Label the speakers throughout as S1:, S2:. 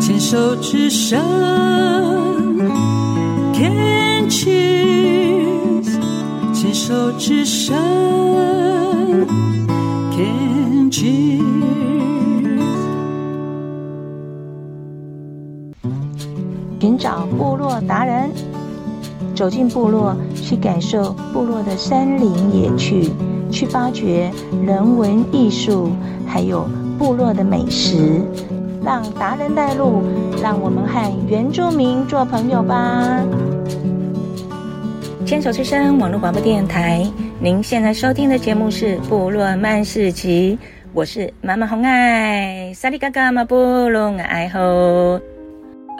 S1: 牵手之声，Can cheers，牵手之声，Can cheers。
S2: 寻找部落达人，走进部落，去感受部落的山林野趣，去发掘人文艺术，还有部落的美食，让达人带路，让我们和原住民做朋友吧。牵手之声网络广播电台，您现在收听的节目是《部落漫市集》，我是妈妈红爱，萨利嘎嘎嘛布隆爱吼。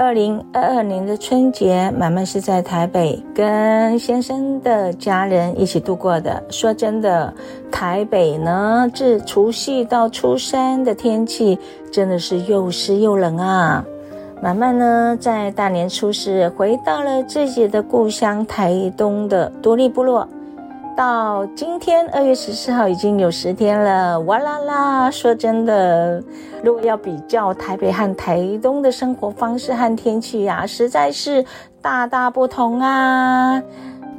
S2: 二零二二年的春节，满满是在台北跟先生的家人一起度过的。说真的，台北呢，自除夕到初三的天气真的是又湿又冷啊。满满呢，在大年初四回到了自己的故乡台东的独立部落。到今天二月十四号已经有十天了，哇啦啦！说真的，如果要比较台北和台东的生活方式和天气呀、实在是大大不同啊。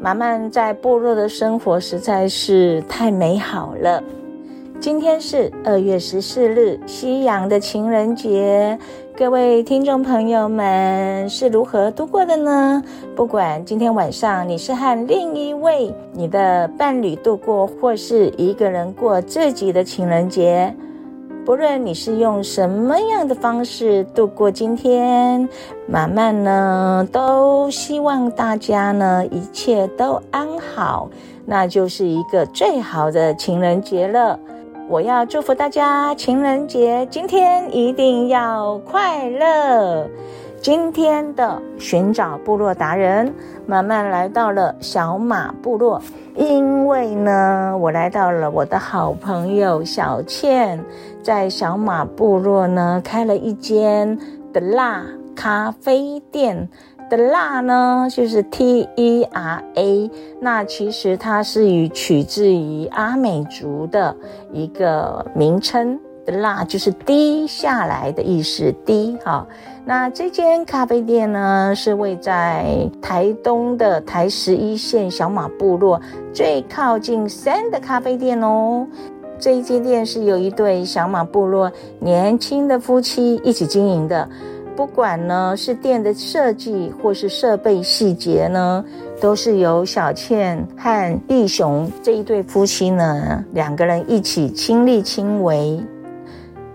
S2: 满满在部落的生活实在是太美好了。今天是二月十四日，西洋的情人节。各位听众朋友们是如何度过的呢？不管今天晚上你是和另一位你的伴侣度过，或是一个人过自己的情人节，不论你是用什么样的方式度过今天，满满呢都希望大家呢一切都安好，那就是一个最好的情人节了。我要祝福大家情人节今天一定要快乐。今天的寻找部落达人，慢慢来到了小马部落，因为呢，我来到了我的好朋友小倩，在小马部落呢开了一间的辣咖啡店。的辣呢，就是 T E R A，那其实它是与取自于阿美族的一个名称。的辣就是滴下来的意思，滴哈。那这间咖啡店呢，是位在台东的台十一线小马部落最靠近山的咖啡店哦。这一间店是由一对小马部落年轻的夫妻一起经营的。不管呢是店的设计或是设备细节呢，都是由小倩和义雄这一对夫妻呢两个人一起亲力亲为。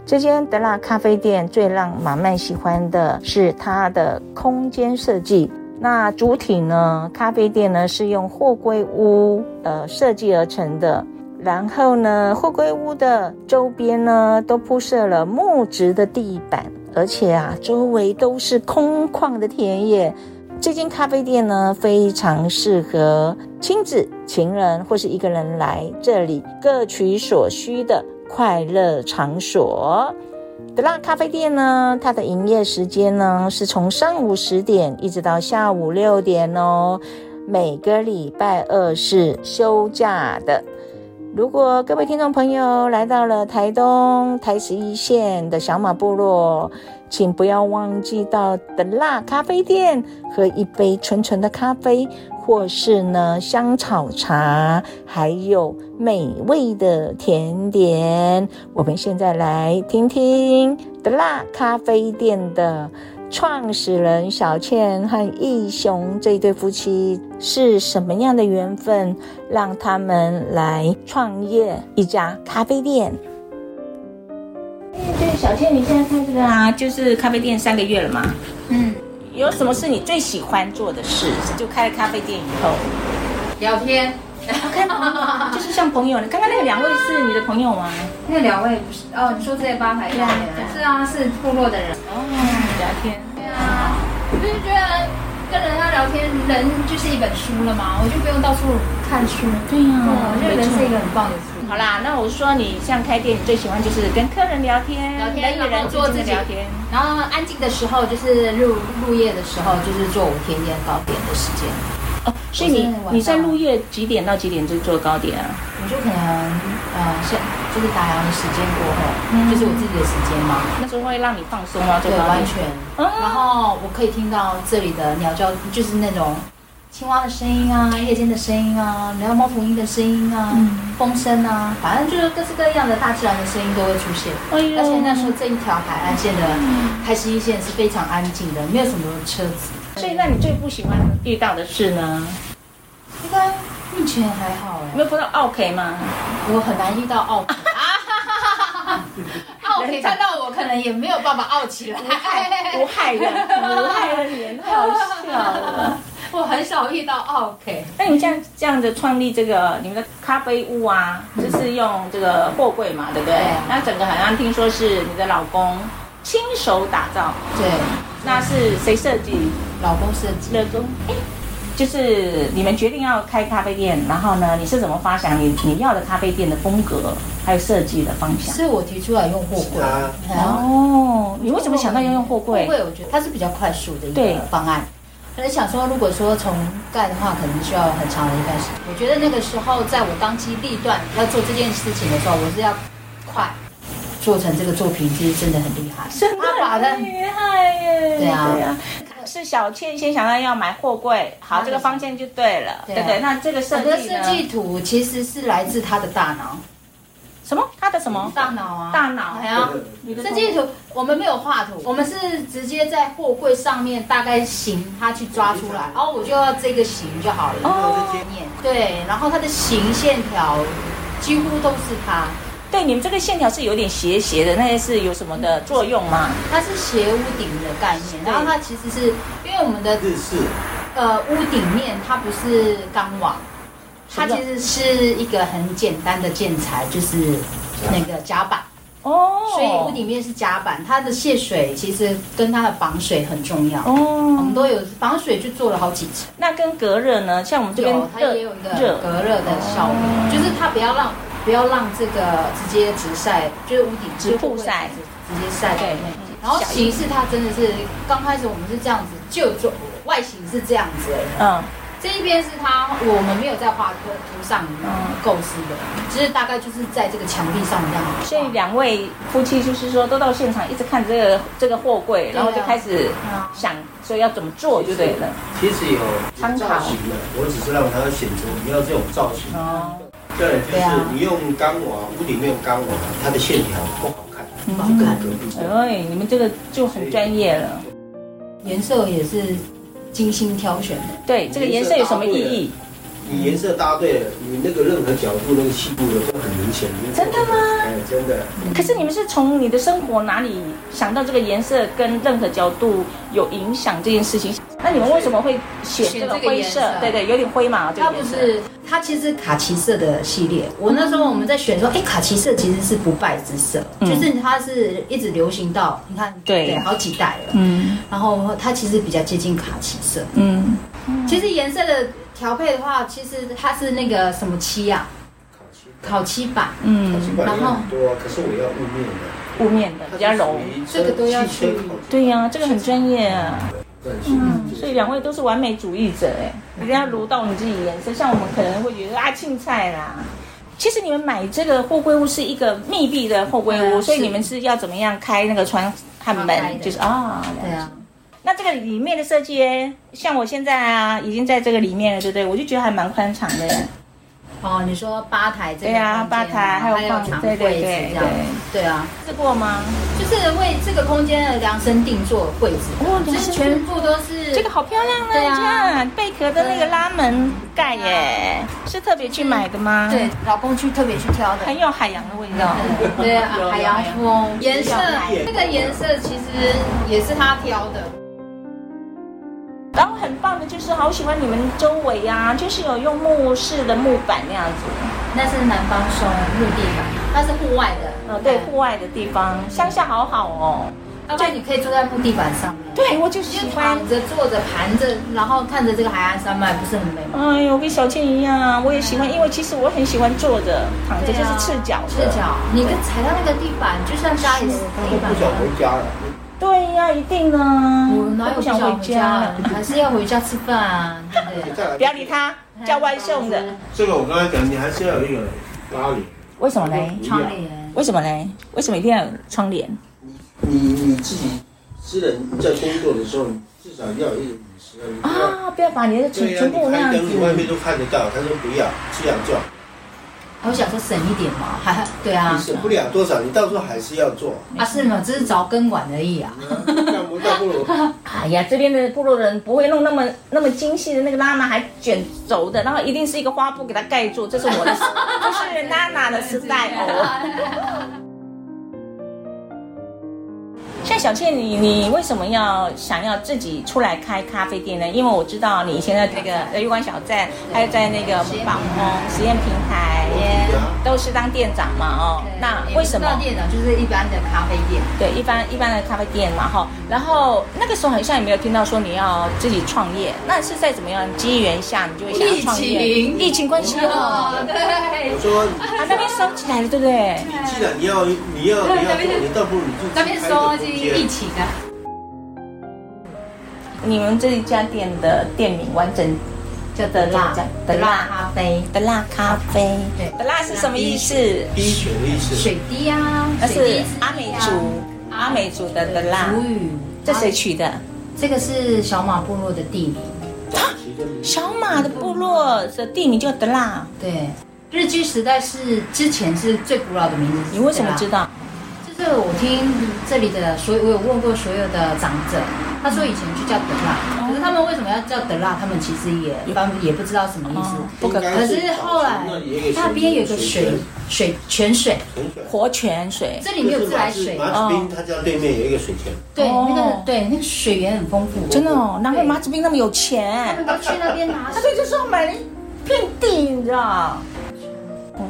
S2: 这间德拉咖啡店最让马曼喜欢的是它的空间设计。那主体呢，咖啡店呢是用货柜屋呃设计而成的。然后呢，货柜屋的周边呢都铺设了木质的地板，而且啊，周围都是空旷的田野。这间咖啡店呢，非常适合亲子、情人或是一个人来这里各取所需的快乐场所。德拉咖啡店呢，它的营业时间呢是从上午十点一直到下午六点哦，每个礼拜二是休假的。如果各位听众朋友来到了台东台十一线的小马部落，请不要忘记到的辣咖啡店喝一杯纯纯的咖啡，或是呢香草茶，还有美味的甜点。我们现在来听听的辣咖啡店的创始人小倩和义雄这一对夫妻是什么样的缘分，让他们来创业一家咖啡店。对，小倩，你现在开这个啊，就是咖啡店三个月了嘛？
S3: 嗯，
S2: 有什么是你最喜欢做的事？就开了咖啡店以后，
S3: 聊天。
S2: 跟啊就是像朋友，刚刚那两位是你的朋友吗？
S3: 那两位不是哦，你说这些吧台的人
S2: 对
S3: 是啊，
S2: 啊
S3: 是部落的人。
S2: 哦，聊天。
S3: 对啊，我就是觉得跟人家聊天，人就是一本书了嘛，我就不用到处看书。
S2: 对
S3: 嗯，
S2: 啊呀、
S3: 我觉得
S2: 没
S3: 人
S2: 错
S3: 是一个很棒的书。
S2: 好啦，那我说你像开店，你最喜欢就是跟客人聊天，
S3: 聊天
S2: 人与
S3: 然
S2: 人
S3: 后做
S2: 之间的
S3: 自己
S2: 聊天。
S3: 然后安静的时候就是入入夜的时候，就是做我甜点糕点的时间，
S2: 哦，所以你
S3: 我是晚上
S2: 你在入夜几点到几点就做糕点啊？
S3: 我就可能呃下
S4: 就是打烊的时间过后，
S2: 嗯
S4: 就是我自己的时间嘛，
S2: 那时候会让你放松吗？
S4: 对，
S2: 就
S4: 完全。然
S2: 哦，
S4: 后我可以听到这里的鸟叫，就是那种青蛙的声音啊，夜间的声音啊，然后猫头鹰的声音啊，
S2: 嗯
S4: 风声啊，反正就是各式各样的大自然的声音都会出现。
S2: 哎呦嗯
S4: 而且那时候这一条海岸线的开西一线是非常安静的，没有什么车子。
S2: 所以那你最不喜欢遇到的事呢？
S4: 应该目前还好哎、
S2: 有没有碰到 OK 吗？
S4: 我很难遇到傲 骨。傲可以看到我，可能也没有办法傲 起来。
S2: 无害人，无害人年，太好 笑了。
S4: 我很少遇到哦 OK，
S2: 那你们这样这样子创立这个你们的咖啡屋啊，就是用这个货柜嘛，对不对
S4: 对啊？
S2: 那整个好像听说是你的老公亲手打造，
S4: 对，
S2: 那是谁设计？
S4: 老公设计，
S2: 热衷，哎，就是你们决定要开咖啡店，然后呢，你是怎么发想你你要的咖啡店的风格，还有设计的方向？
S4: 是我提出来用货柜。
S5: 啊
S4: 后
S2: 哦，你为什么想到要用货柜
S4: 货？柜我觉得它是比较快速的一
S2: 对
S4: 个方案。可能想说，如果说从盖的话，可能需要很长的一段时间。我觉得那个时候，在我当机立断要做这件事情的时候，我是要快做成这个作品，其实真的很厉害。
S2: 真的
S4: 他把它
S2: 很厉害耶！
S4: 对啊
S2: 是小倩先想到要买货柜，好，
S4: 嗯
S2: 这个方向就对了，
S4: 对啊
S2: 对不对？那这个设
S4: 我的
S2: 计
S4: 设
S2: 呢？
S4: 计图其实是来自他的大脑，
S2: 什么？他的什么？
S4: 大脑啊，
S2: 大脑
S4: 哎呀，
S2: 你的
S4: 设计图我们没有画图，我们是直接在货柜上面大概形它去抓出来，哦，我就要这个形就好了，
S2: 哦
S4: 我的经验对，然后它的形线条几乎都是它，
S2: 对，你们这个线条是有点斜斜的，那些是有什么的作用吗？
S4: 它是斜屋顶的概念，
S2: 对
S4: 然后它其实是因为我们的
S5: 日式
S4: 呃屋顶面它不是钢网，它其实是一个很简单的建材，就是那个甲板。
S2: 哦，
S4: 所以屋顶面是甲板，它的泄水其实跟它的防水很重要。我们
S2: 哦，
S4: 都有防水去做了好几层，
S2: 那跟隔热呢？像我们这边
S4: 有它也有一个
S2: 热
S4: 隔热的效果，就是它不要让不要让这个直接直晒，就是屋顶
S2: 直曝晒
S4: 直接晒
S2: 对
S4: 对
S2: 嗯。
S4: 然后形式它真的是刚开始我们是这样子，就做外形是这样子而已。
S2: 嗯，
S4: 这一边是它，我们没有在画图图上呃
S2: 嗯
S4: 构思的，只是大概就是在这个墙壁上这样画。
S2: 所以两位夫妻就是说都到现场一直看这个这个货柜，然后就开始
S4: 啊
S2: 想说要怎么做就对了。
S5: 其实有
S2: 参考
S5: 造型的，我只是让他选择我们要这种造型。
S2: 哦，
S5: 对，就
S4: 对
S5: 是
S4: 啊
S5: 你用钢瓦，屋顶面用钢瓦，它的线条不好看，不好看隔壁。
S2: 哎，你们这个就嗯很专业了。
S4: 颜色也是精心挑选的。
S2: 对，这个颜色有什么意义？
S5: 你颜色搭对了，你那个任何角度那个细部的都很明显。
S2: 真的吗嗯
S5: 哎，真的。
S2: 可是你们是从你的生活哪里想到这个颜色跟任何角度有影响这件事情？那你们为什么会选这个灰色
S4: 选这个颜？色
S2: 对对，有点灰嘛，这
S4: 它
S2: 个
S4: 不
S2: 颜色。
S4: 是，它其实卡其色的系列。我那时候我们在选说，哎，卡其色其实是不败之色，
S2: 嗯
S4: 就是它是一直流行到你看，
S2: 对
S4: 好几代了。
S2: 嗯
S4: 然后它其实比较接近卡其色。
S2: 嗯，
S4: 其实颜色的调配的话，其实它是那个什么漆啊，烤漆板，
S5: 烤漆板
S4: 然后
S5: 很多，可是我要雾面的，
S2: 雾嗯面的比较柔。
S5: 它是属于
S4: 这个都要
S5: 汽车
S4: 去
S5: 烤漆
S2: 对呀、这个很专业啊。
S5: 对是
S2: 所以两位都是完美主义者哎，
S4: 嗯
S2: 一定要撸到你自己颜色。像我们可能会觉得啊，青菜啦。其实你们买这个货柜屋是一个密闭的货柜
S4: 对
S2: 屋，
S4: 啊
S2: 所以
S4: 是
S2: 你们是要怎么样开那个窗和
S4: 窗
S2: 门
S4: 开？的
S2: 就是啊，了
S4: 对啊，
S2: 那这个里面的设计耶，像我现在啊，已经在这个里面了，对不对？我就觉得还蛮宽敞的耶。
S4: 哦，你说吧台这个
S2: 对啊，吧
S4: 空间
S2: 台还有
S4: 还有
S2: 放
S4: 长
S2: 对对
S4: 柜子
S2: 对
S4: 这样
S2: 对，，
S4: 对啊。
S2: 试过吗？
S4: 就是为这个空间的量身定做柜子，
S2: 哦量
S4: 就
S2: 身
S4: 是
S2: 定
S4: 全部都是
S2: 这个好漂亮啊！
S4: 对啊
S2: 你看贝壳的那个拉门盖耶，是特别去买的吗？
S4: 啊对，老公去特别去挑的，
S2: 很有海洋的味道。
S4: 对啊
S2: 有
S4: 海
S2: 有
S4: 洋
S2: 有
S4: 风颜色
S5: 有，
S4: 这个颜色其实也是他挑的，
S2: 然后很棒的就是，好喜欢你们周围呀、就是有用木式的木板那样子，
S4: 那是南方松木地板，那是户外的，
S2: 呃，对，户外的地方，乡下好好哦。
S4: 要不然你可以坐在木地板上面，
S2: 对，我就
S4: 你
S2: 喜
S4: 就
S2: 欢。
S4: 躺着、坐着、盘着，然后看着这个海岸山脉，不是很美吗？
S2: 哎呦，跟小倩一样，我也喜欢，因为其实我很喜欢坐着、躺着，
S4: 对
S2: 就
S4: 啊
S2: 是赤脚
S4: 赤
S2: 的。
S4: 脚，你跟踩到那个地板，就像家里
S5: 都
S4: 地板
S5: 不
S4: 一
S5: 想
S4: 样。
S5: 回家了。
S2: 对呀、一定啊。
S4: 我
S2: 都
S4: 哪有
S2: 不
S4: 不
S2: 想
S4: 想
S2: 回
S4: 回
S2: 家
S4: 家
S2: 了
S4: 了？？还是要回家吃饭啊，对
S2: 嗯
S4: 不对？
S5: 再来
S2: 不要理他，叫外送的。
S5: 这个我刚才讲，你还是要有一个拉力，
S2: 为什么嘞？
S5: 不一
S4: 窗
S5: 样。
S4: 帘，哎
S2: 为什么嘞？为什么一定要有窗帘？
S5: 你你自己私人在工作的时候，你至少要有一种隐私啊。你不要
S2: 啊，不要把你的全
S5: 对呀、
S2: 全部那
S5: 你
S2: 样
S5: 开灯，你外面
S2: 子。
S5: 都看得到。他说不要，这样做
S4: 啊我想说省一点嘛， 还对啊
S5: 你，省不了多少，你到时候还是要做。
S4: 啊是吗？只是早跟晚而已啊。
S5: 干嗯不 干不如
S2: 哎呀，这边的部落人不会弄那么那么精细的那个拉嘛，还卷轴的，然后一定是一个花布给它盖住，这是我的， 这是娜娜的时代哦。像小倩，你你为什么要想要自己出来开咖啡店呢？因为我知道你现在那个呃月光小站，还有在那个网红实验平台，都是当店长嘛哦。那为什么？
S4: 大店长就是一般的咖啡店，
S2: 对，一般一般的咖啡店嘛，哈。然后那个时候好像也没有听到说你要自己创业，那是在怎么样机缘下你就会想要创业？
S4: 疫情
S2: 疫情关系哦，
S4: 哦
S5: 我
S4: 对，
S5: 说
S2: 啊那边收起来了，对不对？
S5: 你既然你要你要你要做，你倒不如你就
S4: 那边说这疫情啊，
S2: 你们这一家店的店名完整
S4: 叫德辣
S2: 德
S4: 德
S2: 辣
S4: 辣咖啡，
S2: 的辣咖啡，
S4: 对
S2: 的辣是什么意思？
S5: 滴血的意思。
S4: 水滴啊，
S2: 那
S4: 水滴
S2: 是阿美族，啊阿美族的的辣，
S4: 主语，啊
S2: 这谁取的？
S4: 这个是小马部落的地名，
S2: 小马的部落的地名叫德辣，
S4: 对。日据时代是之前是最古老的名字，
S2: 你为什么知
S4: 对吧
S2: 道？
S4: 就是我听这里的所有，我有问过所有的长者，他说以前就叫德
S2: 哦
S4: 拉，可是他们为什么要叫德拉？他们其实也他们也不知道什么意思。
S2: 哦
S5: 不可
S4: 可是后来那边有个水水泉水，
S2: 活泉水，
S4: 这里没有自来水，哦
S5: 马子兵他家对面有一个水泉，
S4: 对
S2: 哦
S4: 那个对那个水源很丰富，
S2: 真的哦，难怪马子斌那么有钱。
S4: 他们都去那边拿
S2: 他
S4: 水。
S2: 这啊就是要买了一片地，你知道？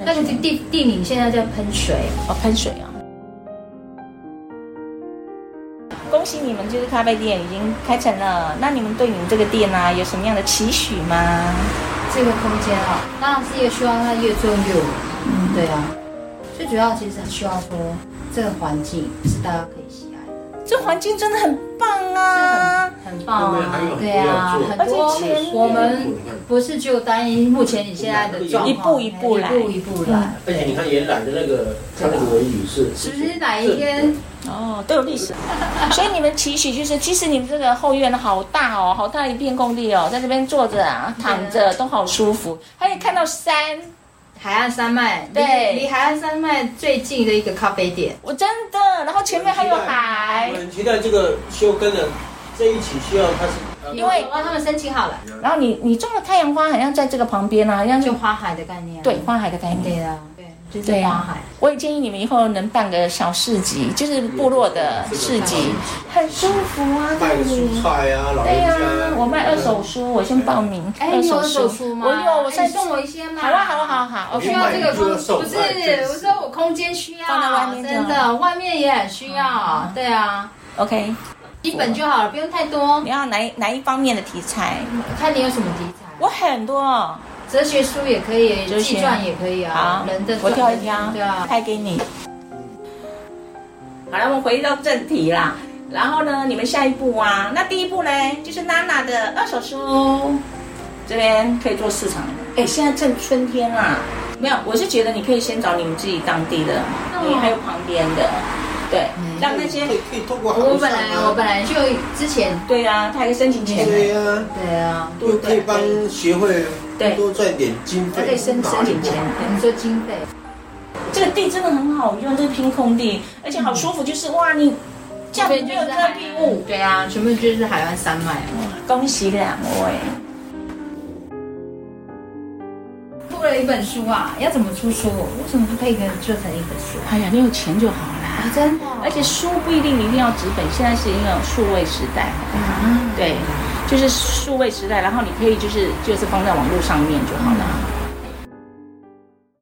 S4: 那个地地名现在叫喷水，
S2: 哦，喷水啊！恭喜你们，就是咖啡店已经开成了。那你们对你们这个店呢、啊有什么样的期许吗？
S4: 这个空间啊，当然是越希望它越做越稳。嗯，对啊，最主要其实希望说这个环境是大家可以喜爱的。
S2: 这环境真的很棒啊！
S4: 很棒
S5: 后面还
S4: 啊
S5: 有很，多
S4: 对
S5: 要
S4: 啊，
S5: 做
S4: 很多
S2: 而且前
S4: 我们不是就单一目前你现在的状况，
S2: 一步一步来嗯
S4: 一步一步来，
S5: 而且你看原来的那个他那个文语是
S4: 是不是哪一天？
S2: 哦，都有历 史，所以你们期许就是，其实你们这个后院好大哦，好大一片空地哦，在这边坐着啊、躺着都好舒服，还可以看到山，
S4: 海岸山脉，
S2: 对
S4: 离离海岸山脉最近的一个咖啡店，
S2: 我真的，然后前面还有海
S5: 我，很期待这个休耕的这一起需要它是呃
S2: 因为
S4: 我帮他们申请好了，
S2: 然后你你种的太阳花好像在这个旁边啊，好像就
S4: 就花海的概念，
S2: 对，花海的概念。
S4: 对啊，对，就是
S2: 对
S4: 花
S2: 啊
S4: 海，，
S2: 我也建议你们以后能办个小市集，就是部落的市集，
S4: 嗯
S2: 很舒服啊，
S5: 卖
S2: 这
S5: 个
S2: 里
S5: 蔬。菜啊，老
S2: 对
S5: 人
S2: 呀、
S5: 家啊，
S2: 我卖二手书，我先报名。
S4: 哎，你有手书吗？
S2: 我有，我
S4: 哎
S2: 在
S4: 你送我一些吗？
S2: 好啊，好啊，好啊，好
S4: 我需
S2: ，OK。
S4: 要这个空，
S5: 你买一个
S4: 不
S5: 手
S4: 是，
S5: 办就是
S4: 我说我空间需要，
S2: 放在外面就好嗯
S4: 真的，外面也很需要，对啊，
S2: OK，
S4: 一本就好了，不用太多
S2: 你。要哪一哪一方面的题材？
S4: 看你有什么题材，
S2: 我很多哦，
S4: 哲学书也可以，
S2: 哲学
S4: 纪传也可以啊
S2: 好，
S4: 人的，
S2: 我挑一挑，
S4: 对啊，
S2: 拍给你。好了，我们回到正题啦。然后呢，你们下一步啊，那第一步呢，就是娜娜的二手书，这边可以做市场。哎，现在正春天啊啦，没有，我是觉得你可以先找你们自己当地的，你还有旁边的，对，让那些
S5: 可以可以透过啊
S4: 我本来我本
S5: 来
S4: 来就之前，
S2: 对啊，他还可以申请钱
S5: 对
S2: 呢，
S5: 呀、
S4: 对啊，
S5: 又可以帮协会
S2: 对
S5: 多赚点经
S4: 他
S5: 费，
S4: 可以申申请钱，你说经费，
S2: 这个地真的很好用，这个凭空地，而且好舒服，就是哇，你这样没有哦遮蔽物，
S4: 对啊，全部就是海湾山脉。啊
S2: 恭喜两位。
S4: 出了一本书啊，要怎么出书？为什么不可以跟做成一本书？
S2: 哎呀，你有钱就好啦。
S4: 啊，真的，
S2: 而且书不一定一定要纸本，现在是一种数位时代，嗯对，就是数位时代，然后你可以就是就是放在网络上面就好了。